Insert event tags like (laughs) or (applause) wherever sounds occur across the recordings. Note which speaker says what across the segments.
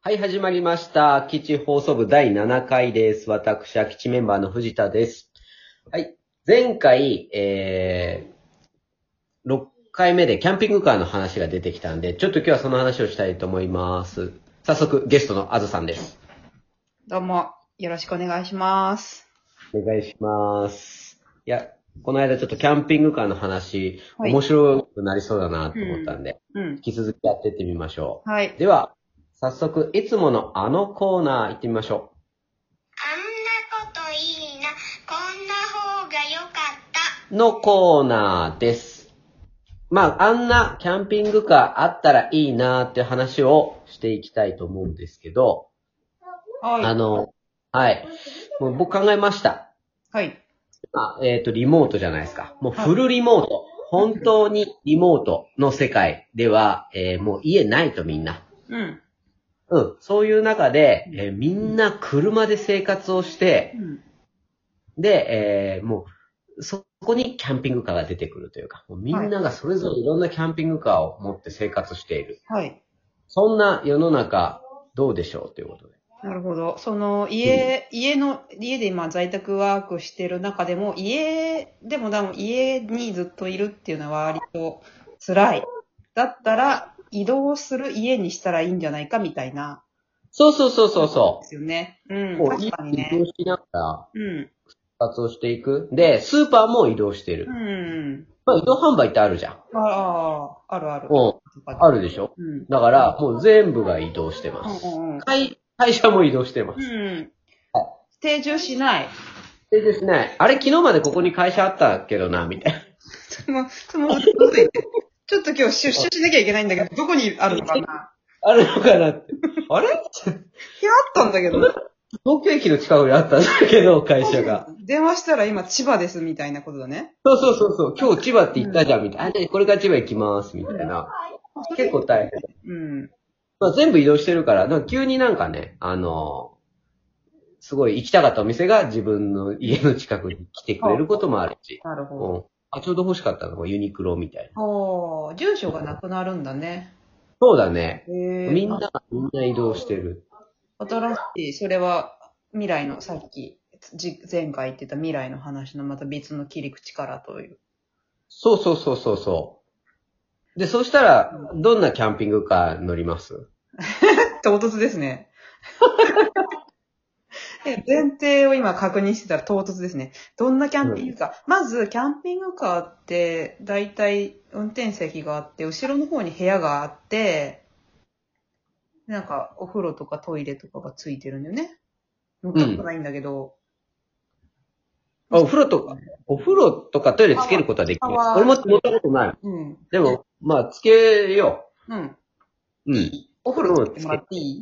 Speaker 1: はい、始まりました。基地放送部第7回です。私は基地メンバーの藤田です。はい、前回、えー、6回目でキャンピングカーの話が出てきたんで、ちょっと今日はその話をしたいと思います。早速、ゲストのあずさんです。
Speaker 2: どうも、よろしくお願いします。
Speaker 1: お願いします。いや、この間ちょっとキャンピングカーの話、
Speaker 2: はい
Speaker 1: 面白くなりそうだなと思ったんで、
Speaker 2: うん
Speaker 1: 引。き続きやってってみましょ
Speaker 2: はい。
Speaker 1: う。では、早速、いつものあのコーナー行ってみましょう。
Speaker 3: あんなこといいな、こんな方が良かった。
Speaker 1: のコーナーです。まあ、あんなキャンピングカーあったらいいなーっていう話をしていきたいと思うんですけど、あ
Speaker 2: はい。
Speaker 1: の、はい。もう僕考えました。
Speaker 2: はい。
Speaker 1: まあ、えっ、と、リモートじゃないですか。もうフルリモート。本当にリモートの世界では、えーもう家ないとみんな。
Speaker 2: うん。
Speaker 1: うん。そういう中で、えーみんな車で生活をして、
Speaker 2: うん。
Speaker 1: で、えーもう、そこにキャンピングカーが出てくるというか、もうみんながそれぞれいろんなキャンピングカーを持って生活している。
Speaker 2: はい。
Speaker 1: そんな世の中、どうでしょうということで。
Speaker 2: なるほど。その、家、家の、家で今在宅ワークしてる中でも、家、でもでも家にずっといるっていうのは割と辛い。だったら、移動する家にしたらいいんじゃないかみたいな。
Speaker 1: そうそうそうそうそ
Speaker 2: ですよね。うん。
Speaker 1: う。もう
Speaker 2: 確
Speaker 1: 一
Speaker 2: か
Speaker 1: 気
Speaker 2: に
Speaker 1: に移動
Speaker 2: ね。
Speaker 1: しながら
Speaker 2: うん。
Speaker 1: 生活をしていく。で、スーパーも移動してる。
Speaker 2: うん。
Speaker 1: まあ移動販売ってあるじゃん。
Speaker 2: ああ、あるある。
Speaker 1: うん。あるでしょ
Speaker 2: うん。
Speaker 1: だから、もう全部が移動してま
Speaker 2: う
Speaker 1: す。
Speaker 2: んうんうん。
Speaker 1: 会会社も移動してます。
Speaker 2: うん。定住しない。
Speaker 1: でですね、あれ昨日までここに会社あったけどな、みたいな。
Speaker 2: その、その、嘘言ってちょっと今日出社しなきゃいけないんだけど、どこにあるのかな
Speaker 1: あるのかなって。あれ
Speaker 2: 部屋あったんだけど、
Speaker 1: 東京駅の近くにあったんだけど、会社が。
Speaker 2: 電話したら今千葉ですみたいなことだね。
Speaker 1: そうそうそうそう、今日千葉って行ったじゃん、みたいな。あ、で、これから千葉行きます、みたいな。結構大変。
Speaker 2: うん。
Speaker 1: まあ、全部移動してるから、なんか急になんかね、あのすごい行きたかったお店が自分の家の近くに来てくれることもあるし。
Speaker 2: なる
Speaker 1: う
Speaker 2: ほ
Speaker 1: ん。あ、ちょうど欲しかったのがユニクロみたいな。
Speaker 2: ど。おー、住所がなくなるんだね。
Speaker 1: そうだね。
Speaker 2: へ
Speaker 1: みんな
Speaker 2: ー。
Speaker 1: がみんな移動してる。
Speaker 2: 新しい、それは未来の、さっき、じ前回言ってた未来の話のまた別の切り口からという。
Speaker 1: そうそうそうそうそう。で、そうしたら、どんなキャンピングカー乗ります
Speaker 2: 唐突で
Speaker 1: (laughs)
Speaker 2: すね。え前提を今確認してたら唐突ですね。どんなキャンピングカー、まず、キャンピングカーって、だいたい運転席があって、後ろの方に部屋があって、なんか、お風呂とかトイレとかがついてるんだよね。乗ったことないんだけど、
Speaker 1: あ、お風呂とか、お風呂とかトイレつけることはできない。
Speaker 2: あわあわ
Speaker 1: 俺も乗ったことない。
Speaker 2: うん。
Speaker 1: でも、まあ、つけよ
Speaker 2: うん。
Speaker 1: う。うん。いい
Speaker 2: お風呂つけてもらってい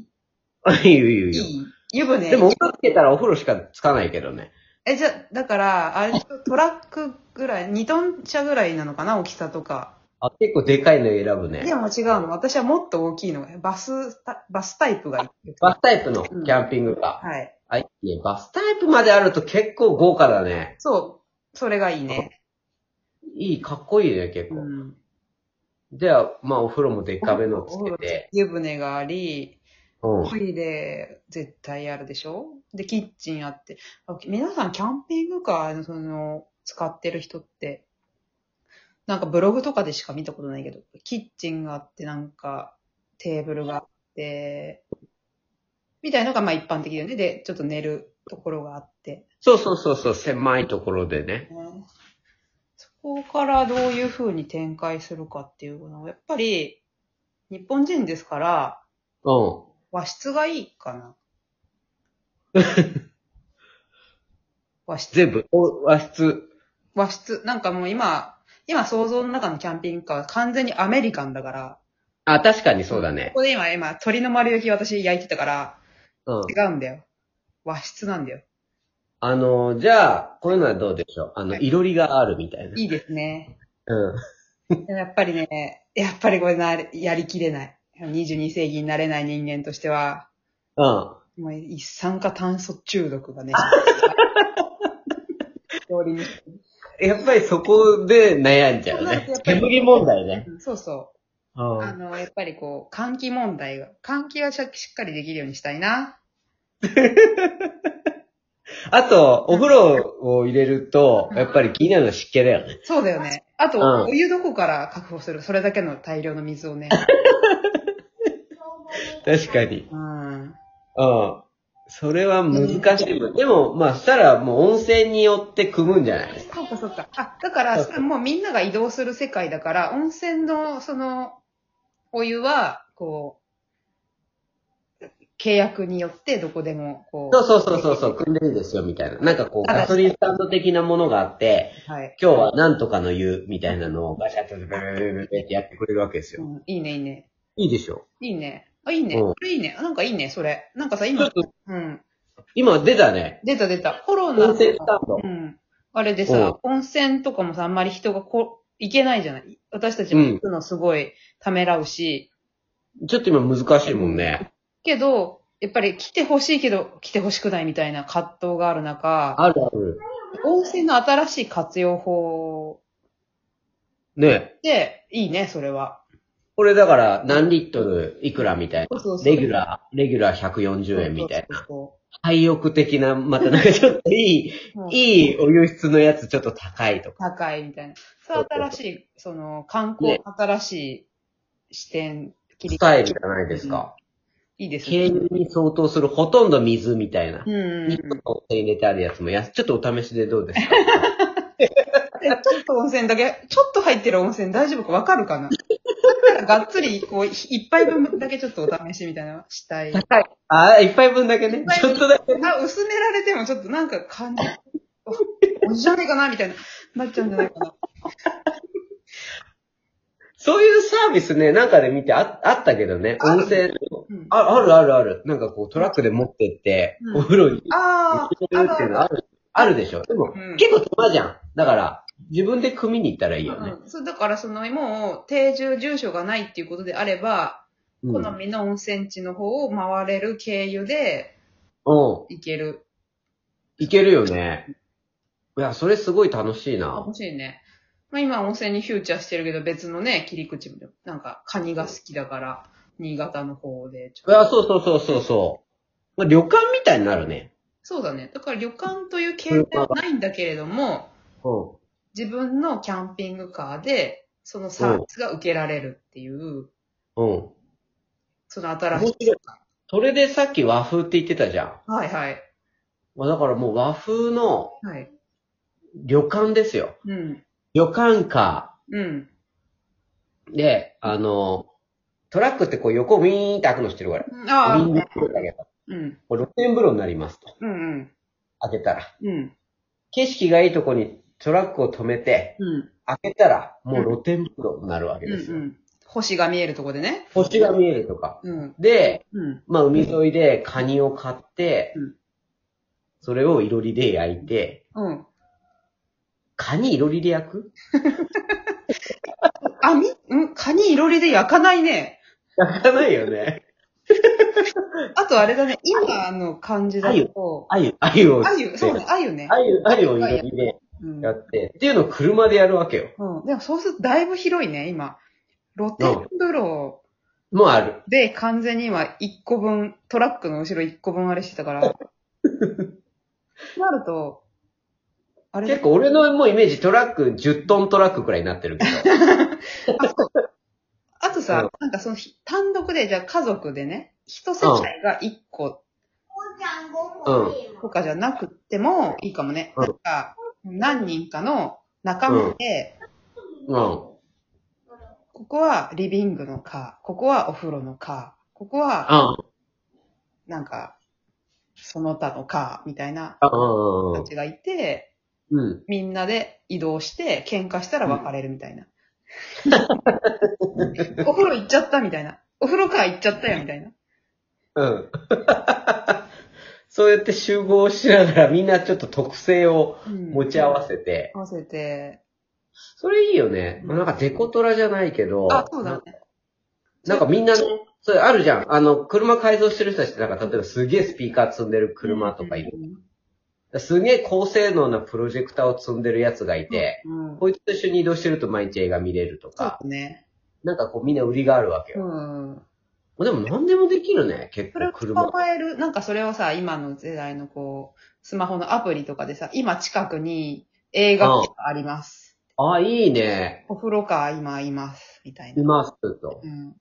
Speaker 1: (laughs) よいいよいい
Speaker 2: いい
Speaker 1: よ。
Speaker 2: い湯船。
Speaker 1: でも、お風呂つけたらお風呂しかつかないけどね。
Speaker 2: え、じゃ、だから、あれ、トラックぐらい、2トン車ぐらいなのかな大きさとか。
Speaker 1: あ、結構でかいの選ぶ
Speaker 2: い
Speaker 1: ね
Speaker 2: や、。もう違うの。私はもっと大きいのが、バスタ、バスタイプがいい。
Speaker 1: バスタイプのキャンピングカー。
Speaker 2: はい。
Speaker 1: あ、いいね。バスタイプまであると結構豪華だね。
Speaker 2: そう。それがいいね。
Speaker 1: いい、かっこいいね、結
Speaker 2: う
Speaker 1: 構。
Speaker 2: ん。
Speaker 1: では、まあ、お風呂もでっかめのつけて。
Speaker 2: 湯船があり、
Speaker 1: うん。
Speaker 2: トイレ絶対あるでしょで、キッチンあって。あ皆さん、キャンピングカーの、その、使ってる人って、なんかブログとかでしか見たことないけど、キッチンがあって、なんか、テーブルがあって、みたいなのが、まあ一般的だよね。で、ちょっと寝るところがあって。
Speaker 1: そうそうそうそう、狭いところでね。
Speaker 2: ねそこからどういう風に展開するかっていうのは、やっぱり、日本人ですから、
Speaker 1: うん。
Speaker 2: 和室がいいかな。和室。
Speaker 1: 全部、お和室。
Speaker 2: 和室。なんかもう今、今想像の中のキャンピングカーは完全にアメリカンだから、
Speaker 1: あ、確かにそうだね
Speaker 2: こ。こで今、今、鳥の丸焼き私焼いてたから、
Speaker 1: うん。
Speaker 2: 違うんだよ。和室なんだよ。
Speaker 1: あの、じゃあ、こういうのはどうでしょうあの、いろりがあるみたいな。
Speaker 2: いいですね。
Speaker 1: うん。
Speaker 2: でもやっぱりね、やっぱりこれな、やりきれない。22世紀になれない人間としては、
Speaker 1: うん。
Speaker 2: もう一酸化炭素中毒がね。通りに
Speaker 1: やっぱりそこで悩んじゃう
Speaker 2: そうなんで
Speaker 1: ね
Speaker 2: すよ。
Speaker 1: 煙問題ね。
Speaker 2: そうそ
Speaker 1: うん
Speaker 2: あの、やっぱりこう、換気問題が、換気はしっかりできるようにしたいな。
Speaker 1: あと、お風呂を入れると、やっぱり気になるのは湿気だよね。
Speaker 2: そうだよね。あと、
Speaker 1: うん
Speaker 2: お湯どこから確保するそれだけの大量の水をね。
Speaker 1: 確かに。
Speaker 2: うん。
Speaker 1: うん。それは難しいもん。でも、まあ、したらもう温泉によって組むんじゃない
Speaker 2: そうかそうか。あ、だから、
Speaker 1: そうそう
Speaker 2: もうみんなが移動する世界だから、温泉の、その、お湯は、こう、契約によってどこでも、こう。
Speaker 1: そうそうそうそうそう、組んでいいですよ、みたいな。なんかこう、ガソリンスタンド的なものがあって、
Speaker 2: はい。
Speaker 1: 今日はなんとかの湯みたいなのをガシャッとベベベベベってやってくれるわけです
Speaker 2: う
Speaker 1: よ。
Speaker 2: ん、いいね、いいね。
Speaker 1: いいでしょ
Speaker 2: いいね。あ、いいね。
Speaker 1: うん
Speaker 2: これいいね。なんかいいね、それ。なんかさ、
Speaker 1: ちょっ
Speaker 2: 今、
Speaker 1: と、
Speaker 2: うん。
Speaker 1: 今出たね。
Speaker 2: 出た出た。コロナ
Speaker 1: 温
Speaker 2: の
Speaker 1: 泉スタンド。
Speaker 2: うん。あれでさ、温泉とかもさ、あんまり人がこ行けないじゃない私たちも行くのすごいためらうし、
Speaker 1: ちょっと今難しいもんね。
Speaker 2: けど、やっぱり来てほしいけど、来てほしくないみたいな葛藤がある中、
Speaker 1: あるある。
Speaker 2: 温泉の新しい活用法
Speaker 1: ね。
Speaker 2: で、いいね、それは。
Speaker 1: これだから何リットルいくらみたいな。
Speaker 2: そうそうそう
Speaker 1: レギュラー、レギュラー140円みたいな。
Speaker 2: そ
Speaker 1: 廃浴的な、またなんかちょっといい、
Speaker 2: うそうそう。いい。
Speaker 1: いいお湯質のやつちょっと高いとか。
Speaker 2: 高いみたいな。そう、新しい、その、観光、
Speaker 1: ね
Speaker 2: 新しい視点、切
Speaker 1: ス
Speaker 2: 替
Speaker 1: タイ
Speaker 2: え
Speaker 1: ルじゃないですか。
Speaker 2: いいです
Speaker 1: 軽
Speaker 2: ね。
Speaker 1: 油に相当するほとんど水みたいな
Speaker 2: う。んうんう
Speaker 1: に
Speaker 2: ん。
Speaker 1: ちょっとお手入れてあるやつもや、ちょっとお試しでどうですか
Speaker 2: えちょっと温泉だけ、ちょっと入ってる温泉大丈夫かわかるかなだからがっつり、こう、一杯分だけちょっとお試しみたいなのしたい。あ、
Speaker 1: 高い。ああ、一杯分だけね。ちょっとだけ。
Speaker 2: 薄められてもちょっとなんか感じ、おじじゃねえかなみたいな、なっちゃうんじゃないかな。
Speaker 1: そういうサービスね、なんかで見てああったけどね。
Speaker 2: ある
Speaker 1: 温泉
Speaker 2: うん、あ
Speaker 1: あ、あるあるある。なんかこうトラックで持ってって、
Speaker 2: うん
Speaker 1: お風呂に
Speaker 2: あ
Speaker 1: 入
Speaker 2: ー、
Speaker 1: れるっていうの
Speaker 2: あ
Speaker 1: ある、あるでしょ。でも、
Speaker 2: うん
Speaker 1: 結構手間じゃん。だから、自分で組みに行ったらいいよね。
Speaker 2: る、うん、そう、だからその、もう、定住住所がないっていうことであれば、
Speaker 1: うん。
Speaker 2: 好みの温泉地の方を回れる経由で
Speaker 1: うん。
Speaker 2: 行ける。
Speaker 1: いけるよね。いや、それすごい楽しいな。
Speaker 2: 楽しいね。まあ、今温泉にフューチャーしてるけど、別のね、切り口も、なんか、カニが好きだから、新潟の方でちょっ
Speaker 1: い
Speaker 2: と。
Speaker 1: や、そうそうそうそうそう。まあ、旅館みたいになるね。
Speaker 2: そうだね。だから旅館という形態はないんだけれども、
Speaker 1: うん。
Speaker 2: 自分のキャンピングカーで、そのサービスが受けられるっていう、
Speaker 1: うん。
Speaker 2: その新しい。
Speaker 1: それでさっき和風って言ってたじゃん。
Speaker 2: はいはい。
Speaker 1: まあ、だからもう和風の
Speaker 2: はい。
Speaker 1: 旅館ですよ。
Speaker 2: うん。
Speaker 1: 旅館カ
Speaker 2: うん。
Speaker 1: ーで、あの、トラックってこう横ウィーンって開くのしてるから。
Speaker 2: うんああ、
Speaker 1: ウィー
Speaker 2: う
Speaker 1: ン
Speaker 2: ん。
Speaker 1: って開くんだけど、
Speaker 2: うん。
Speaker 1: これ露天風呂になりますと。
Speaker 2: うん。
Speaker 1: 開けたら。
Speaker 2: うん。
Speaker 1: 景色がいいとこにトラックを止めて、
Speaker 2: うん。
Speaker 1: 開けたらもう露天風呂になるわけ
Speaker 2: うん。
Speaker 1: です
Speaker 2: う
Speaker 1: よ。
Speaker 2: ん。星が見えるとこでね。
Speaker 1: 星が見えるとか。
Speaker 2: うん。
Speaker 1: で、
Speaker 2: うん。
Speaker 1: まあ、海沿いでカニを買って、
Speaker 2: うん
Speaker 1: それをいろりで焼いて、
Speaker 2: うん。
Speaker 1: カニいろりで焼く
Speaker 2: あ、み、うんカニいろりで焼かないね。
Speaker 1: 焼かないよね。
Speaker 2: あとあれだね、今の感じだと、
Speaker 1: あゆ、あゆを。
Speaker 2: あゆ、そうね、あゆね。
Speaker 1: あゆ、あゆをいろりで
Speaker 2: うん、
Speaker 1: やって、っていうのを車でやるわけよ。
Speaker 2: うんでもそうするとだいぶ広いね、今。露天風呂
Speaker 1: もうある。
Speaker 2: で完全に今1個分、トラックの後ろ1個分あれしてたから。なると、あれ
Speaker 1: 結構俺のもうイメージトラック、10トントラックくらいになってるけど。
Speaker 2: あとさ、なんかそのひ単独で、じゃあ家族でね、一世帯が1個とかじゃなくてもいいかもね。
Speaker 1: うん
Speaker 2: なんか、何人かの仲間で、
Speaker 1: うん。
Speaker 2: ここはリビングのカー、ここはお風呂のカー、ここは
Speaker 1: あ、
Speaker 2: なんか、その他のか、みたいな
Speaker 1: あ、うん
Speaker 2: 人たちがいて、
Speaker 1: うん。
Speaker 2: みんなで移動して、喧嘩したら別れるみたいな。 (laughs) お風呂行っちゃったみたいな。お風呂か行っちゃったよみたいな。
Speaker 1: うん。そうやって集合しながらみんなちょっと特性を
Speaker 2: うん
Speaker 1: 持ち合わせて、
Speaker 2: 合わせて。
Speaker 1: それいいよね。
Speaker 2: うん
Speaker 1: なんかデコトラじゃないけど。
Speaker 2: あ、そうだね。
Speaker 1: なんかみんなね、それあるじゃん。あの、車改造してる人たちってなんか例えばすげえスピーカー積んでる車とかいる。すげえ高性能なプロジェクターを積んでるやつがいて、
Speaker 2: うん。うん。
Speaker 1: こいつと一緒に移動してると毎日映画見れると
Speaker 2: そう
Speaker 1: か、
Speaker 2: だね。
Speaker 1: なんかこうみんな売りがあるわけ
Speaker 2: う
Speaker 1: よ。
Speaker 2: ん。
Speaker 1: でも何でもできるね、結
Speaker 2: それ
Speaker 1: 構
Speaker 2: を
Speaker 1: 車
Speaker 2: 捕。まえる、なんかそれをさ、今の世代のこう、スマホのアプリとかでさ、今近くに映画館があります。
Speaker 1: あ、いいね。
Speaker 2: お風呂か今います。みたい
Speaker 1: い
Speaker 2: な。
Speaker 1: ますと。
Speaker 2: うん。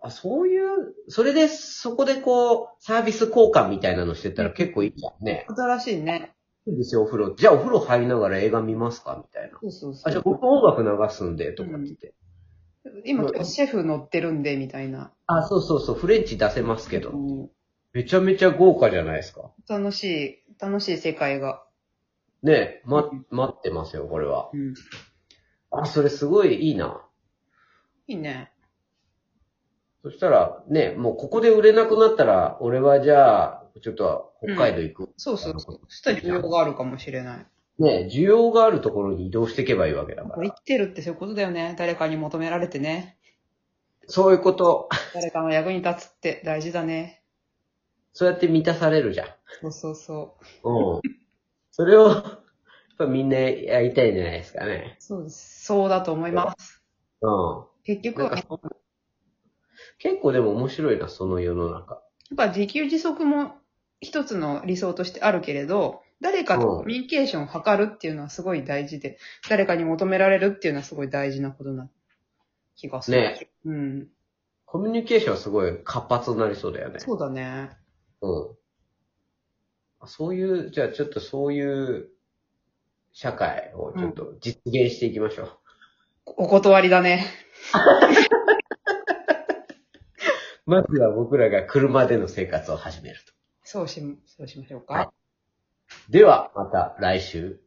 Speaker 1: あ、そういう、それで、そこでこう、サービス交換みたいなのしてたら結構いいじゃんね。
Speaker 2: 新しいね。
Speaker 1: いいですよ、お風呂。じゃあお風呂入りながら映画見ますかみたいな。
Speaker 2: そうそうそ
Speaker 1: あ、じゃあ
Speaker 2: う。
Speaker 1: 僕音楽流すんで、とかって言って。
Speaker 2: 今今日シェフ乗ってるんで、みたいな。
Speaker 1: あ、そうそうそう、フレンチ出せますけど
Speaker 2: う。ん
Speaker 1: めちゃめちゃ豪華じゃないですか。
Speaker 2: 楽しい、楽しい世界が。
Speaker 1: ねえ、ま、待ってますよ、これは。
Speaker 2: うん。
Speaker 1: あ、それすごいいいな。
Speaker 2: いいね。
Speaker 1: そしたら、ね、もうここで売れなくなったら、俺はじゃあ、ちょっと北海道行く。
Speaker 2: そうそうそう。そしたら需要があるかもしれない。
Speaker 1: ね、需要があるところに移動していけばいいわけだか
Speaker 2: 生
Speaker 1: ら。
Speaker 2: きてるってそういうことだよね。誰かに求められてね。
Speaker 1: そういうこと。
Speaker 2: 誰かの役に立つって大事だね。
Speaker 1: そうやって満たされるじゃん。
Speaker 2: そうそうそう。
Speaker 1: うん。それを、やっぱみんなやりたいんじゃないですかね。
Speaker 2: そうです。そうだと思います。
Speaker 1: うん。
Speaker 2: 結局
Speaker 1: なん
Speaker 2: は、
Speaker 1: か
Speaker 2: や
Speaker 1: そんな結構でも面白いな、その世の中。
Speaker 2: っぱ自給自足も一つの理想としてあるけれど、誰かとコミュニケーションを図るっていうのはすごい大事で、誰かに求められるっていうのはすごい大事なことな気がする。
Speaker 1: ね
Speaker 2: うん。
Speaker 1: コミュニケーションはすごい活発になりそうだよね。
Speaker 2: そうだね。
Speaker 1: うん。あそういう、じゃあちょっとそういう社会をちょっと実現していきましょう。
Speaker 2: お断りだね。
Speaker 1: まずは僕らが車での生活を始めると。
Speaker 2: そうし、そうしましょうか。
Speaker 1: はいでは、また来週。